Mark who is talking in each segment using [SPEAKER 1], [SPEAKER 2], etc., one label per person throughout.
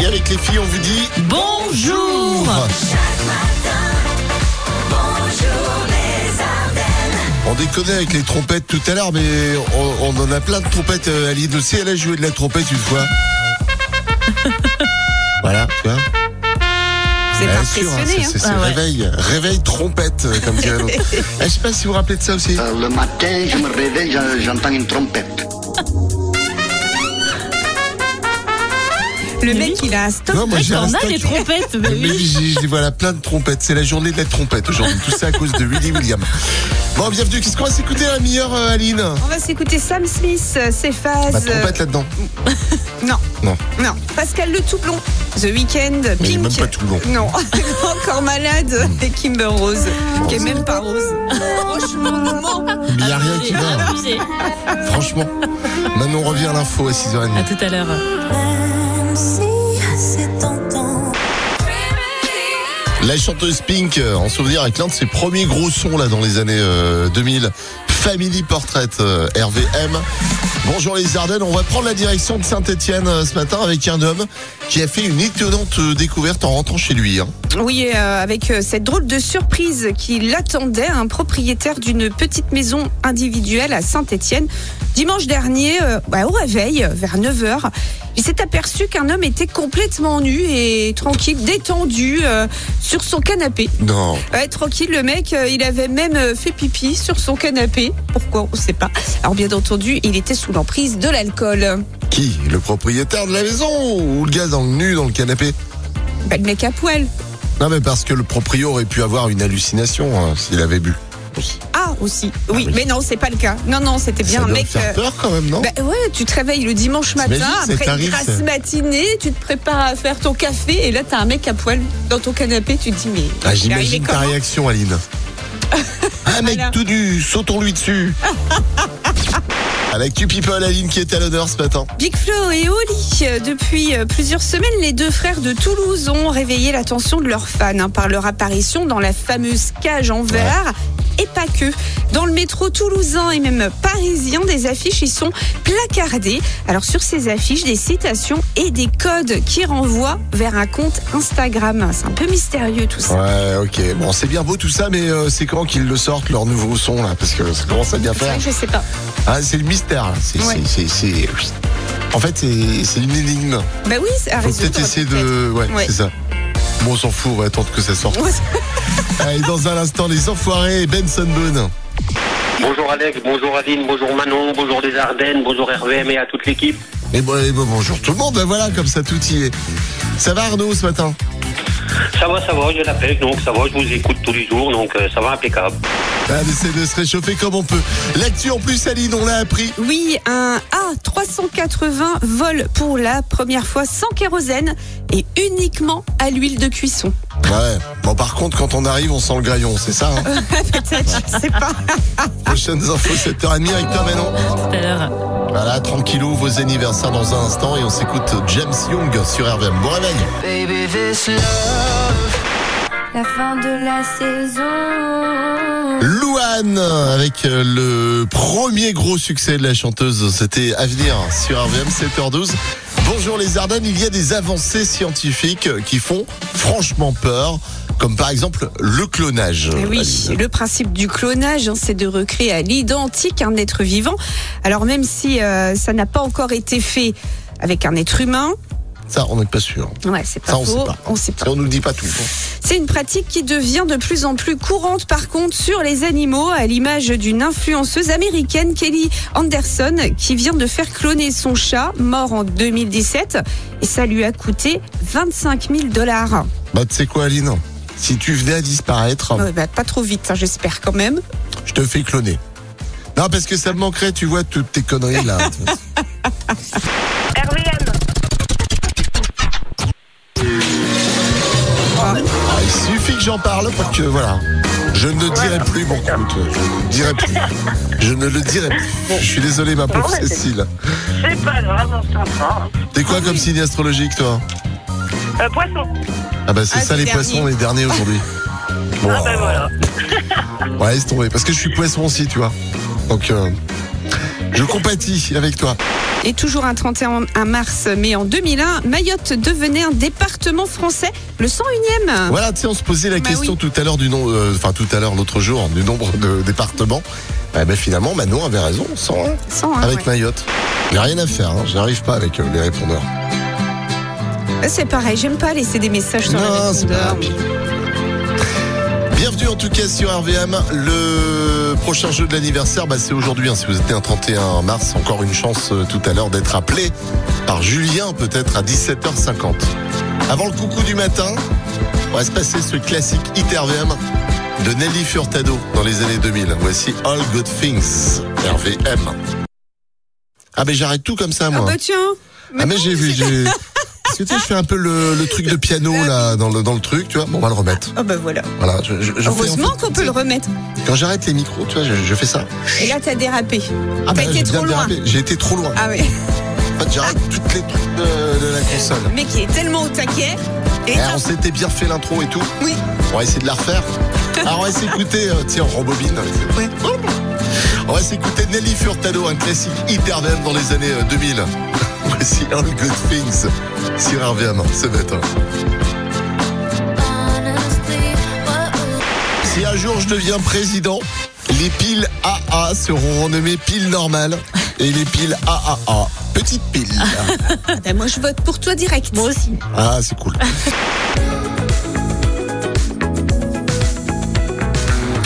[SPEAKER 1] Et avec les filles, on vous dit
[SPEAKER 2] Bonjour
[SPEAKER 1] On déconnait avec les trompettes tout à l'heure, mais on, on en a plein de trompettes. Euh, Aline aussi, elle a joué de la trompette une fois. voilà, tu vois.
[SPEAKER 3] Vous êtes
[SPEAKER 1] Bien sûr, hein,
[SPEAKER 3] impressionné,
[SPEAKER 1] c'est
[SPEAKER 3] hein
[SPEAKER 1] c'est- c'est
[SPEAKER 2] Ah ouais.
[SPEAKER 1] réveil, réveil trompette, euh, comme dirait l'autre. Eh, Je sais pas si vous vous rappelez de ça
[SPEAKER 2] Ah
[SPEAKER 1] aussi.
[SPEAKER 4] Euh, Le matin, je me réveille, je- j'entends une trompette.
[SPEAKER 3] Le mec, il a un stock.
[SPEAKER 1] Non, moi j'ai un
[SPEAKER 2] T'en as
[SPEAKER 1] stock.
[SPEAKER 2] des trompettes mais
[SPEAKER 1] Mais
[SPEAKER 2] oui.
[SPEAKER 1] oui, j'ai- j'ai- voilà, plein de trompettes. C'est la journée de la trompette aujourd'hui. Tout ça à cause de Willy William. Bon, bienvenue. Qu'est-ce qu'on va s'écouter à la meilleure, euh, Aline
[SPEAKER 3] On va s'écouter Sam Smith, euh, ses
[SPEAKER 1] Pas
[SPEAKER 3] phases.
[SPEAKER 1] de trompette là-dedans.
[SPEAKER 3] euh, Non.
[SPEAKER 1] Non.
[SPEAKER 3] Non. Pascal Le Toublon, The Weeknd, Pink.
[SPEAKER 1] Mais il est même pas tout long.
[SPEAKER 3] Non. Encore malade. Et Kimber Rose, qui est même pas rose. Franchement, non.
[SPEAKER 1] Mais il n'y a rien qui
[SPEAKER 2] J'ai
[SPEAKER 1] va. hein.
[SPEAKER 2] abusé.
[SPEAKER 1] Franchement. Maintenant, on revient à l'info à 6h30.
[SPEAKER 2] À tout à l'heure.
[SPEAKER 1] La chanteuse Pink, euh, en souvenir avec l'un de ses premiers gros sons là dans les années euh, 2000, Family Portrait euh, RVM. Bonjour les Ardennes, on va prendre la direction de Saint-Etienne ce matin avec un homme qui a fait une étonnante euh, découverte en rentrant chez lui. hein.
[SPEAKER 3] Oui, euh, avec euh, cette drôle de surprise qui l'attendait, un propriétaire d'une petite maison individuelle à Saint-Étienne. Dimanche dernier, euh, bah, au réveil, euh, vers 9h, il s'est aperçu qu'un homme était complètement nu et tranquille, détendu euh, sur son canapé.
[SPEAKER 1] Non.
[SPEAKER 3] Ouais, tranquille, le mec, euh, il avait même euh, fait pipi sur son canapé. Pourquoi On ne sait pas. Alors bien entendu, il était sous l'emprise de l'alcool.
[SPEAKER 1] Qui Le propriétaire de la maison ou le gars dans le nu dans le canapé
[SPEAKER 3] Bah, le mec à poil.
[SPEAKER 1] Non mais parce que le proprio aurait pu avoir une hallucination hein, s'il avait bu.
[SPEAKER 3] Ah aussi. Oui,
[SPEAKER 1] oui.
[SPEAKER 3] mais non, c'est pas le cas. Non, non, c'était bien
[SPEAKER 1] Ça
[SPEAKER 3] un
[SPEAKER 1] doit
[SPEAKER 3] mec. euh,
[SPEAKER 1] faire peur quand même, non
[SPEAKER 3] Bah ouais, tu te réveilles le dimanche matin,
[SPEAKER 1] T'imagines, ça
[SPEAKER 3] après une
[SPEAKER 1] t'arrive,
[SPEAKER 3] grasse
[SPEAKER 1] ça.
[SPEAKER 3] matinée, tu te prépares à faire ton café et là t'as un mec à poil dans ton canapé, tu te dis mais il
[SPEAKER 1] Ah,
[SPEAKER 3] est
[SPEAKER 1] J'imagine
[SPEAKER 3] arrivé
[SPEAKER 1] ta
[SPEAKER 3] comment
[SPEAKER 1] réaction, Aline. Un mec
[SPEAKER 3] Voilà.
[SPEAKER 1] tout nu, sautons-lui dessus. À la Q People, Aline qui est à l'honneur ce matin.
[SPEAKER 3] Big Flo et Oli, euh, depuis euh, plusieurs semaines, les deux frères de Toulouse ont réveillé l'attention de leurs fans hein, par leur apparition dans la fameuse cage en verre. Et pas que. Dans le métro toulousain et même parisien, des affiches y sont placardées. Alors sur ces affiches, des citations et des codes qui renvoient vers un compte Instagram. C'est un peu mystérieux tout ça.
[SPEAKER 1] Ouais, ok. Bon, c'est bien beau tout ça, mais euh, c'est quand qu'ils le sortent, leur nouveau son, là Parce que ça commence à bien
[SPEAKER 3] C'est vrai
[SPEAKER 1] faire.
[SPEAKER 3] que je sais pas.
[SPEAKER 1] Ah, c'est le mystère, là. C'est,
[SPEAKER 3] Ouais.
[SPEAKER 1] c'est, c'est, c'est- En fait, c'est, c'est une énigme.
[SPEAKER 3] Bah oui, c'est à
[SPEAKER 1] Faut
[SPEAKER 3] résoudre,
[SPEAKER 1] peut-être essayer de. Ouais,
[SPEAKER 3] Ouais.
[SPEAKER 1] c'est ça. Bon, on s'en fout, on va attendre que ça sorte.
[SPEAKER 3] peut-être.
[SPEAKER 1] Allez, dans un instant, les enfoirés et Benson Boone.
[SPEAKER 5] Bonjour Alex, bonjour Aline, bonjour Manon, bonjour les Ardennes, bonjour RVM et à toute l'équipe.
[SPEAKER 1] Et bon, et bon, bonjour tout le monde, Eh ben voilà, comme ça tout y est. Ça va Arnaud ce matin
[SPEAKER 5] Ça va, ça va, je l'appelle, donc ça va, je vous écoute tous les jours, donc euh, ça va impeccable.
[SPEAKER 1] Ah, On essaie de se réchauffer comme on peut. L'actu en plus, Aline, on l'a appris.
[SPEAKER 3] Oui, un A380 vole pour la première fois sans kérosène et uniquement à l'huile de cuisson.
[SPEAKER 1] Ouais. Bon, par contre, quand on arrive, on sent le graillon, c'est ça. hein
[SPEAKER 3] Peut-être, je sais
[SPEAKER 1] Ah,
[SPEAKER 3] pas.
[SPEAKER 1] Prochaines infos, 7h30 avec toi, Manon.
[SPEAKER 2] À tout à l'heure.
[SPEAKER 1] Voilà, tranquillou, vos anniversaires dans un instant et on s'écoute James Young sur RVM. Bon réveil.
[SPEAKER 6] La fin de la saison.
[SPEAKER 1] Louane avec euh, le premier gros succès de la chanteuse, c'était Avenir sur RVM 7h12. Bonjour les Ardennes, il y a des avancées scientifiques qui font franchement peur, comme par exemple le clonage.
[SPEAKER 3] Mais Eh oui,
[SPEAKER 1] Aline.
[SPEAKER 3] le principe du clonage, hein, c'est de recréer à l'identique un être vivant. Alors même si euh, ça n'a pas encore été fait avec un être humain,
[SPEAKER 1] Ça, on n'est pas sûr.
[SPEAKER 3] ouais, c'est pas
[SPEAKER 1] Ça, on
[SPEAKER 3] faux,
[SPEAKER 1] sait pas.
[SPEAKER 3] Ah, on sait pas.
[SPEAKER 1] Ça, on nous dit pas tout.
[SPEAKER 3] C'est une pratique qui devient de plus en plus courante par contre sur les animaux, à l'image d'une influenceuse américaine, Kelly Anderson, qui vient de faire cloner son chat, mort en 2017, et ça lui a coûté 25 000 dollars.
[SPEAKER 1] Bah, tu sais quoi, Aline Si tu venais à disparaître,
[SPEAKER 3] pas trop vite, hein, j'espère quand même.
[SPEAKER 1] je te fais cloner. Non, parce que ça me manquerait, tu vois, toutes tes conneries là. Ah, il suffit que j'en parle pour que, voilà. Je ne le dirai plus, mon compte. Je ne le dirai plus. Je ne le dirai plus. Je suis désolé, ma pauvre
[SPEAKER 7] Ouais, c'est-
[SPEAKER 1] Cécile.
[SPEAKER 7] C'est pas grave, on s'entend.
[SPEAKER 1] T'es quoi comme signe astrologique, toi
[SPEAKER 7] Euh, poisson.
[SPEAKER 1] Ah, bah, c'est
[SPEAKER 3] Ah,
[SPEAKER 1] ça,
[SPEAKER 3] c'est
[SPEAKER 1] les
[SPEAKER 3] dernier. bah,
[SPEAKER 1] poissons, les derniers aujourd'hui. Bon,
[SPEAKER 7] Ah ben voilà.
[SPEAKER 1] ouais, laisse tomber. Parce que je suis poisson aussi, tu vois. Donc, euh, Je compatis avec toi.
[SPEAKER 3] Et toujours un 31 un mars, mais en 2001, Mayotte devenait un département français, le 101e.
[SPEAKER 1] Voilà, tu sais, on se posait la
[SPEAKER 3] Bah
[SPEAKER 1] question
[SPEAKER 3] oui.
[SPEAKER 1] tout à l'heure du nombre, euh, enfin tout à l'heure l'autre jour, du nombre de départements. Eh ben finalement, Manon avait raison, 101
[SPEAKER 3] 101,
[SPEAKER 1] avec
[SPEAKER 3] hein, Ah ouais.
[SPEAKER 1] Mayotte. J'ai rien à faire, hein, j'arrive pas avec euh, les répondeurs.
[SPEAKER 3] Ah, C'est pareil, j'aime pas laisser des messages sur
[SPEAKER 1] Non,
[SPEAKER 3] le
[SPEAKER 1] c'est pas
[SPEAKER 3] répondeur.
[SPEAKER 1] grave. Bienvenue en tout cas sur RVM. Le prochain jeu de l'anniversaire, bah, c'est aujourd'hui. hein. si vous êtes né un 31 mars, encore une chance euh, tout à l'heure d'être appelé par Julien, peut-être à 17h50. Avant le coucou du matin, on va se passer ce classique Hit RVM de Nelly Furtado dans les années 2000. Voici All Good Things, RVM. Ah mais j'arrête tout comme ça
[SPEAKER 3] Ah
[SPEAKER 1] moi.
[SPEAKER 3] bah tiens
[SPEAKER 1] Ah mais j'ai vu, j'ai... Parce que tu sais, je fais un peu le, le truc de piano là dans le, dans le truc, tu vois. Bon, on va le remettre.
[SPEAKER 3] Oh bah voilà.
[SPEAKER 1] Voilà. Je, je- je fais, en
[SPEAKER 3] Heureusement
[SPEAKER 1] fait,
[SPEAKER 3] qu'on peut le remettre.
[SPEAKER 1] Quand j'arrête les micros, tu vois, je, je fais ça.
[SPEAKER 3] Et là, t'as dérapé.
[SPEAKER 1] Ah là,
[SPEAKER 3] T'as été
[SPEAKER 1] j'ai bien
[SPEAKER 3] trop loin.
[SPEAKER 1] dérapé. J'ai été trop loin.
[SPEAKER 3] Ah ouais.
[SPEAKER 1] En fait, j'arrête toutes les trucs de, de la console.
[SPEAKER 3] Mais qui est tellement au taquet. Et
[SPEAKER 1] Eh, on s'était bien fait l'intro et tout.
[SPEAKER 3] Oui.
[SPEAKER 1] On va essayer de la refaire. Alors on va s'écouter, euh, tiens, on rembobine.
[SPEAKER 3] Ouais.
[SPEAKER 1] On va s'écouter Nelly Furtado, un classique hyper verne dans les années euh, 2000. Voici All Good Things sur RVM ce matin.
[SPEAKER 6] Honestly, what would
[SPEAKER 1] Si un jour je deviens président, les piles AA seront renommées piles normales et les piles AAA, petites piles.
[SPEAKER 3] Ah bah moi, je vote pour toi direct. Moi aussi.
[SPEAKER 1] Ah, c'est cool.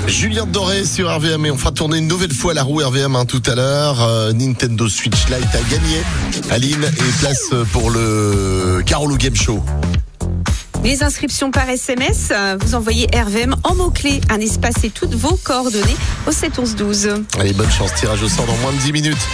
[SPEAKER 1] Julien Doré sur RVM et on fera tourner une nouvelle fois la roue RVM hein, tout à l'heure. Euh, Nintendo Switch Lite a gagné. Aline et place euh, pour le Carolo Game Show.
[SPEAKER 3] Les inscriptions par SMS, euh, vous envoyez RVM en mots-clés, un espace et toutes vos coordonnées au 7 11 12.
[SPEAKER 1] Allez, bonne chance, tirage au sort dans moins de 10 minutes.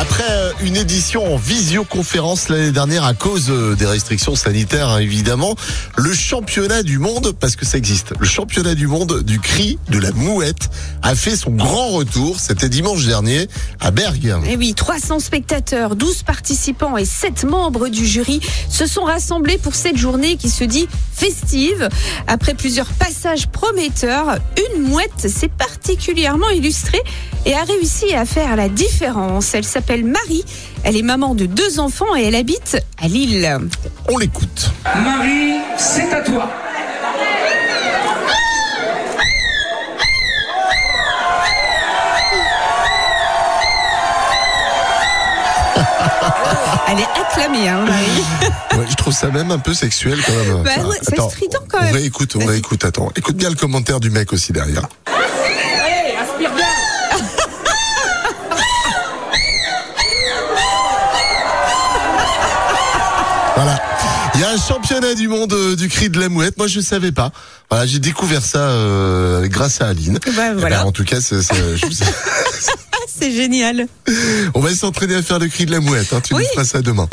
[SPEAKER 1] Après euh, une édition en visioconférence l'année dernière à cause euh, des restrictions sanitaires, hein, évidemment, le championnat du monde, parce que ça existe, le championnat du monde du cri de la mouette a fait son grand retour, c'était dimanche dernier, à Bergue.
[SPEAKER 3] Et Eh oui, 300 spectateurs, 12 participants et 7 membres du jury se sont rassemblés pour cette journée qui se dit festive. Après plusieurs passages prometteurs, une mouette s'est particulièrement illustrée et a réussi à faire la différence. Elle s'appelle Marie, elle est maman de deux enfants et elle habite à Lille.
[SPEAKER 1] On l'écoute.
[SPEAKER 8] Marie, c'est à toi.
[SPEAKER 3] Elle est acclamée, hein, Marie.
[SPEAKER 1] Ouais, je trouve ça même un peu sexuel quand même.
[SPEAKER 3] Bah ouais, c'est strident, quand même.
[SPEAKER 1] On réécoute, on
[SPEAKER 3] Vas-y.
[SPEAKER 1] réécoute, attends. Écoute bien le commentaire du mec aussi derrière.
[SPEAKER 8] Allez, aspire bien.
[SPEAKER 1] Voilà. Il y a un championnat du monde euh, du cri de la mouette. Moi, je savais pas. Voilà, j'ai découvert ça euh, grâce à Aline.
[SPEAKER 3] Bah,
[SPEAKER 1] Eh ben,
[SPEAKER 3] voilà.
[SPEAKER 1] en tout cas, c'est- c'est- je-
[SPEAKER 3] Ah, c'est génial.
[SPEAKER 1] on va s'entraîner à faire le cri de la mouette. hein. Tu
[SPEAKER 3] Oui.
[SPEAKER 1] nous feras ça demain.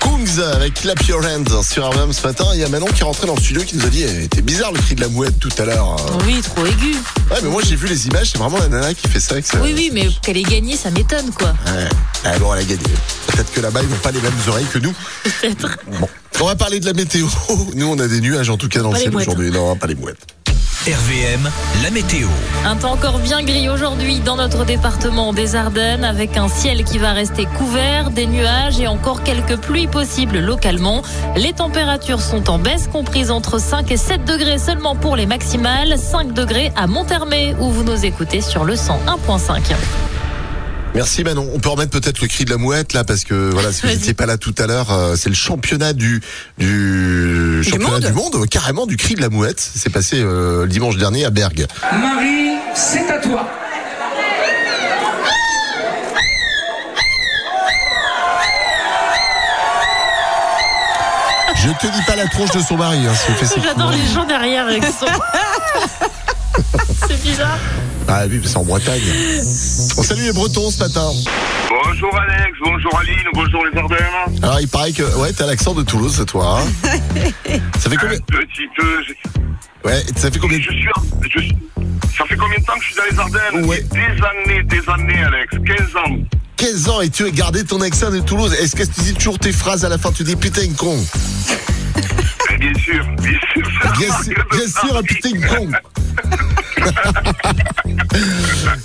[SPEAKER 1] Kungs avec Clap Your Hands sur RVM ce matin. Il y a Manon qui est rentrée dans le studio qui nous a dit eh, C'était bizarre le cri de la mouette tout à l'heure. hein.
[SPEAKER 2] Oui, trop aigu.
[SPEAKER 1] Ouais, mais moi j'ai vu les images, c'est vraiment la nana qui fait ça. avec sa-
[SPEAKER 2] Oui, oui, mais qu'elle ait gagné, ça m'étonne, quoi.
[SPEAKER 1] Ouais. Ah bon, elle a gagné. Peut-être que là-bas, ils n'ont pas les mêmes oreilles que nous. Peut-être. Bon. On va parler de la météo. Nous, on a des nuages, en tout cas, dans le
[SPEAKER 2] Pas les
[SPEAKER 1] ciel
[SPEAKER 2] mouettes.
[SPEAKER 1] aujourd'hui. Non, pas les mouettes.
[SPEAKER 9] RVM, la météo.
[SPEAKER 2] Un temps encore bien gris aujourd'hui dans notre département des Ardennes avec un ciel qui va rester couvert, des nuages et encore quelques pluies possibles localement. Les températures sont en baisse comprises entre 5 et 7 degrés seulement pour les maximales, 5 degrés à Montermé où vous nous écoutez sur le 101.5.
[SPEAKER 1] Merci Manon. On peut remettre peut-être le cri de la mouette là parce que voilà, si vous
[SPEAKER 2] Vas-y.
[SPEAKER 1] n'étiez pas là tout à l'heure, euh, c'est le championnat du du, championnat
[SPEAKER 3] monde
[SPEAKER 1] du monde, euh, carrément du cri de la mouette. C'est passé euh, le dimanche dernier à Bergue.
[SPEAKER 8] Marie, c'est à toi.
[SPEAKER 1] Je te dis pas la tronche de son mari, hein, c'est fait c'est
[SPEAKER 2] J'adore
[SPEAKER 1] cool.
[SPEAKER 2] les gens derrière avec son. C'est bizarre.
[SPEAKER 1] Ah oui, mais c'est en Bretagne. On salue les Bretons ce matin.
[SPEAKER 5] Bonjour Alex, bonjour Aline, bonjour les Ardennes.
[SPEAKER 1] Alors il paraît que ouais, t'as l'accent de Toulouse, c'est toi. hein. ça fait combien
[SPEAKER 5] Petit peu, je,
[SPEAKER 1] Ouais, ça fait combien
[SPEAKER 5] je suis, je suis- Ça fait combien de temps que je suis dans les Ardennes
[SPEAKER 1] Ouais.
[SPEAKER 5] Des années, des années Alex, 15 ans.
[SPEAKER 1] 15 ans et tu as gardé ton accent de Toulouse. Est-ce que tu dis toujours tes phrases à la fin Tu dis putain con.
[SPEAKER 10] Eh, bien sûr, bien sûr. c'est la
[SPEAKER 1] Bien
[SPEAKER 10] marque
[SPEAKER 1] sûr,
[SPEAKER 10] de
[SPEAKER 1] bien sûr, un
[SPEAKER 10] Paris.
[SPEAKER 1] petit con.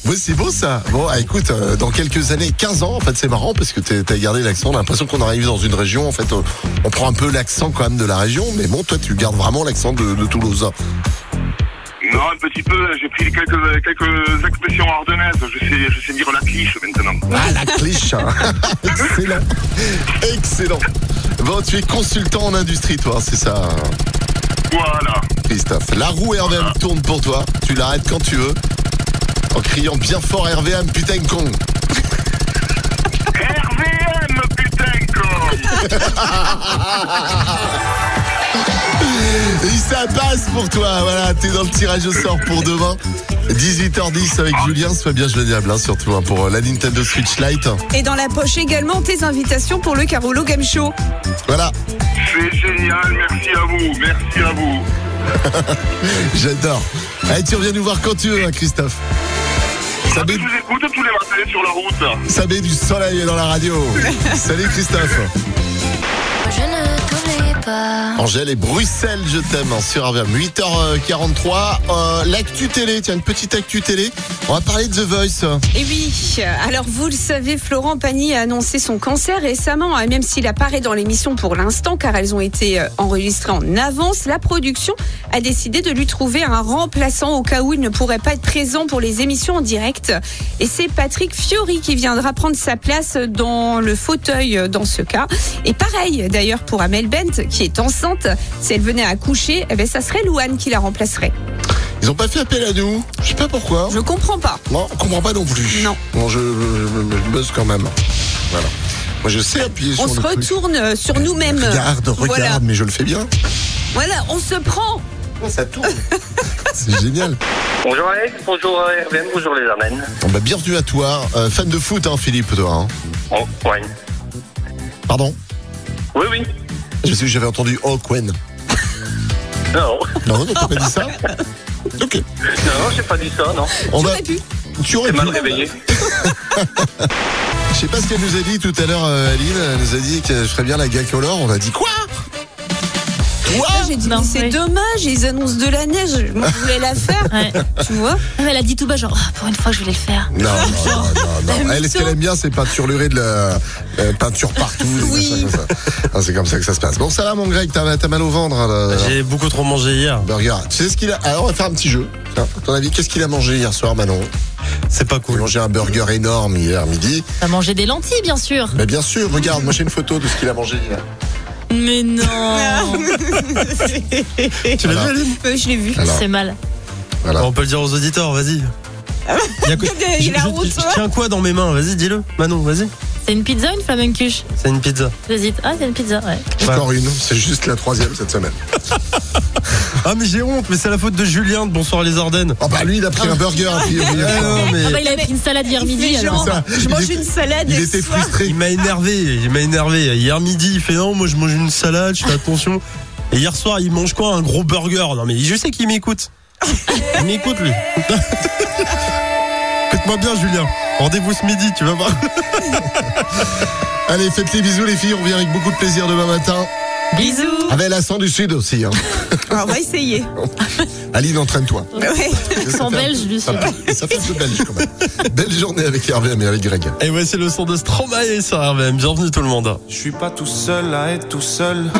[SPEAKER 1] Ouais, c'est beau ça. Bon, ah, écoute, euh, dans quelques années, 15 ans, en fait, c'est marrant parce que t'es- t'as gardé l'accent. On a l'impression qu'on arrive dans une région. En fait, euh, on prend un peu l'accent quand même de la région, mais bon, toi, tu gardes vraiment l'accent de, de Toulouse.
[SPEAKER 10] Non, un petit peu, j'ai pris quelques, quelques expressions ardennaises. Je sais, je sais dire la cliche maintenant.
[SPEAKER 1] Ah, la cliché. Excellent. Excellent. Bon, tu es consultant en industrie, toi, c'est ça,
[SPEAKER 10] Voilà.
[SPEAKER 1] Christophe. La roue RVM tourne pour toi. Tu l'arrêtes quand tu veux. En criant bien fort RVM, putain, con.
[SPEAKER 10] RVM, putain, con
[SPEAKER 1] Et ça passe pour toi, voilà, t'es dans le tirage au sort pour demain. 18h10 avec Julien, sois bien joignable, hein, surtout hein, pour euh, la Nintendo Switch Lite.
[SPEAKER 3] Et dans la poche également tes invitations pour le Carolo Game Show.
[SPEAKER 1] Voilà,
[SPEAKER 10] C'est génial, merci à vous, merci à vous.
[SPEAKER 1] j'adore. Allez, tu reviens nous voir quand tu veux, hein, Christophe. Ça met,
[SPEAKER 10] Ah, Je vous écoute tous les matins sur la route.
[SPEAKER 1] ça met du soleil dans la radio. Salut Christophe.
[SPEAKER 6] Je ne t'oublie pas.
[SPEAKER 1] Angèle et Bruxelles, je t'aime, hein, sur RVM. 8h43, euh, l'actu télé, tiens, une petite actu télé. On va parler de The Voice.
[SPEAKER 3] Et Eh oui, alors vous le savez, Florent Pagny a annoncé son cancer récemment, hein, même s'il apparaît dans l'émission pour l'instant, car elles ont été euh, enregistrées en avance, la production a décidé de lui trouver un remplaçant au cas où il ne pourrait pas être présent pour les émissions en direct. Et c'est Patrick Fiori qui viendra prendre sa place dans le fauteuil euh, dans ce cas. Et pareil d'ailleurs pour Amel Bent, qui est enceinte, si elle venait à coucher, eh ben, ça serait Louane qui la remplacerait.
[SPEAKER 1] Ils ont pas fait appel à nous, je sais pas pourquoi.
[SPEAKER 3] Je comprends pas.
[SPEAKER 1] Non, on comprend pas non plus.
[SPEAKER 3] Non.
[SPEAKER 1] Bon, je, je, je- je buzz quand même. Voilà. Moi, je sais appuyer sur
[SPEAKER 3] On se
[SPEAKER 1] le truc.
[SPEAKER 3] retourne euh, sur nous-mêmes.
[SPEAKER 1] Regarde, regarde,
[SPEAKER 3] Voilà.
[SPEAKER 1] mais je le fais bien.
[SPEAKER 3] Voilà, on se prend.
[SPEAKER 1] Ça tourne. C'est génial.
[SPEAKER 5] Bonjour Alex, bonjour euh, RVM, bonjour les Ardennes.
[SPEAKER 1] Bon, bah, bienvenue à toi. Euh, fan de foot, hein, Philippe, toi. hein.
[SPEAKER 5] Oh, ouais.
[SPEAKER 1] Pardon
[SPEAKER 5] Oui, oui.
[SPEAKER 1] Je sais que j'avais entendu Oh, Quen.
[SPEAKER 5] Non,
[SPEAKER 1] Non, non, t'as pas dit ça Ok.
[SPEAKER 5] non, j'ai pas dit ça, non.
[SPEAKER 1] On va...
[SPEAKER 3] J'aurais pu.
[SPEAKER 1] Tu aurais
[SPEAKER 5] T'es mal
[SPEAKER 1] pu.
[SPEAKER 5] réveillé.
[SPEAKER 1] Je sais pas ce qu'elle nous a dit tout à l'heure, euh, Aline. Elle nous a dit que je ferais bien la gacolore. On a dit quoi Quoi
[SPEAKER 3] Là, j'ai dit,
[SPEAKER 2] Non,
[SPEAKER 3] mais c'est
[SPEAKER 2] oui.
[SPEAKER 3] dommage, ils annoncent de la neige. Moi, je voulais la faire,
[SPEAKER 2] Ouais.
[SPEAKER 3] tu vois.
[SPEAKER 2] Ah, mais Elle a dit tout bas, genre, Ah, pour une fois, je voulais le faire.
[SPEAKER 1] Non, non, non, non. Elle, ce qu'elle aime bien, c'est peinturlurer de la euh, peinture partout. des
[SPEAKER 3] Oui.
[SPEAKER 1] machins comme ça. Ah, c'est comme ça que ça se passe. Bon, ça va, mon Greg, t'as t'as mal au ventre. hein, là, là.
[SPEAKER 11] J'ai beaucoup trop mangé hier.
[SPEAKER 1] Burger. Tu sais ce qu'il a Alors, on va faire un petit jeu. Tiens, à ton avis, qu'est-ce qu'il a mangé hier soir, Manon
[SPEAKER 11] C'est pas
[SPEAKER 1] Il a
[SPEAKER 11] cool.
[SPEAKER 1] mangé un burger énorme hier midi.
[SPEAKER 2] T'as mangé des lentilles, bien sûr.
[SPEAKER 1] Mais bien sûr, regarde, moi j'ai une photo de ce qu'il a mangé hier.
[SPEAKER 2] Mais non,
[SPEAKER 11] Tu l'as
[SPEAKER 1] Voilà.
[SPEAKER 11] vu, Aline
[SPEAKER 3] Euh, je l'ai vu.
[SPEAKER 1] Alors,
[SPEAKER 2] c'est mal.
[SPEAKER 1] voilà.
[SPEAKER 11] Ah, On peut le dire aux auditeurs, vas-y. Il y a quoi-
[SPEAKER 3] Il a
[SPEAKER 11] Je- je-
[SPEAKER 3] honte,
[SPEAKER 11] je tiens quoi dans mes mains Vas-y, dis-le. Manon, vas-y.
[SPEAKER 2] C'est une pizza ou une flamencuche
[SPEAKER 11] C'est une pizza.
[SPEAKER 2] J'hésite. Ah, c'est une pizza, ouais.
[SPEAKER 1] Encore une, c'est juste la troisième cette semaine.
[SPEAKER 11] Ah, mais j'ai honte, mais c'est la faute de Julien de Bonsoir les Ardennes.
[SPEAKER 1] Oh bah lui, il a pris un burger. a priori.
[SPEAKER 11] Ah non, mais
[SPEAKER 2] Ah bah, il avait pris une salade hier
[SPEAKER 3] Il fait
[SPEAKER 2] midi. alors.
[SPEAKER 3] genre,
[SPEAKER 1] ça.
[SPEAKER 3] je
[SPEAKER 1] Il
[SPEAKER 3] mange
[SPEAKER 1] était-
[SPEAKER 3] une salade
[SPEAKER 1] Il
[SPEAKER 3] et
[SPEAKER 1] était
[SPEAKER 3] soir.
[SPEAKER 1] frustré.
[SPEAKER 11] il m'a énervé. Il m'a énervé. Hier midi, il fait non, moi je mange une salade, je fais attention. Et hier soir, il mange quoi Un gros burger. Non, mais je sais qu'il m'écoute. Il m'écoute, lui. Écoute-moi bien, Julien. Rendez-vous ce midi, tu vas voir.
[SPEAKER 1] Allez, faites les bisous les filles, on revient avec beaucoup de plaisir demain matin.
[SPEAKER 2] Bisous.
[SPEAKER 1] Avec l'accent du Sud aussi. Hein.
[SPEAKER 3] Ah, On va essayer.
[SPEAKER 1] Aline, entraîne-toi.
[SPEAKER 3] Ouais.
[SPEAKER 2] Sans belge, du
[SPEAKER 1] Ça
[SPEAKER 2] Sud.
[SPEAKER 1] fait- Ça fait un peu belge quand même. Belle journée avec RVM et avec Greg.
[SPEAKER 11] Et voici le son de Stromae sur RVM. Bienvenue tout le monde.
[SPEAKER 8] Je suis pas tout seul à être tout seul.